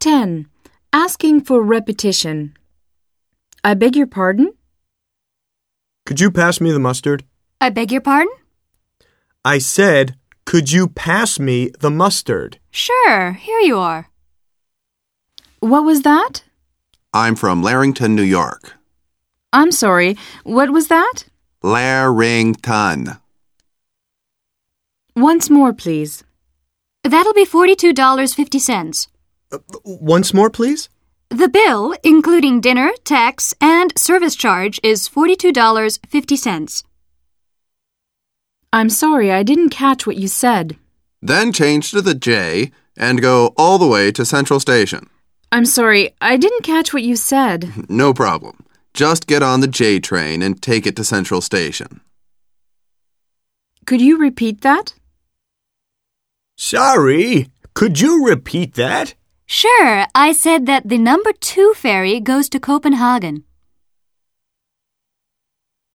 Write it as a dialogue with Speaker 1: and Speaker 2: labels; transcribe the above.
Speaker 1: 10. Asking for repetition. I beg your pardon?
Speaker 2: Could you pass me the mustard?
Speaker 3: I beg your pardon?
Speaker 2: I said, could you pass me the mustard?
Speaker 3: Sure, here you are.
Speaker 1: What was that?
Speaker 4: I'm from Larrington, New York.
Speaker 1: I'm sorry. What was that?
Speaker 4: Larrington.
Speaker 1: Once more, please.
Speaker 3: That'll be $42.50.
Speaker 2: Uh, once more, please?
Speaker 3: The bill, including dinner, tax, and service charge, is $42.50.
Speaker 1: I'm sorry, I didn't catch what you said.
Speaker 4: Then change to the J and go all the way to Central Station.
Speaker 1: I'm sorry, I didn't catch what you said.
Speaker 4: No problem. Just get on the J train and take it to Central Station.
Speaker 1: Could you repeat that?
Speaker 2: Sorry, could you repeat that?
Speaker 3: Sure, I said that the number two ferry goes to Copenhagen.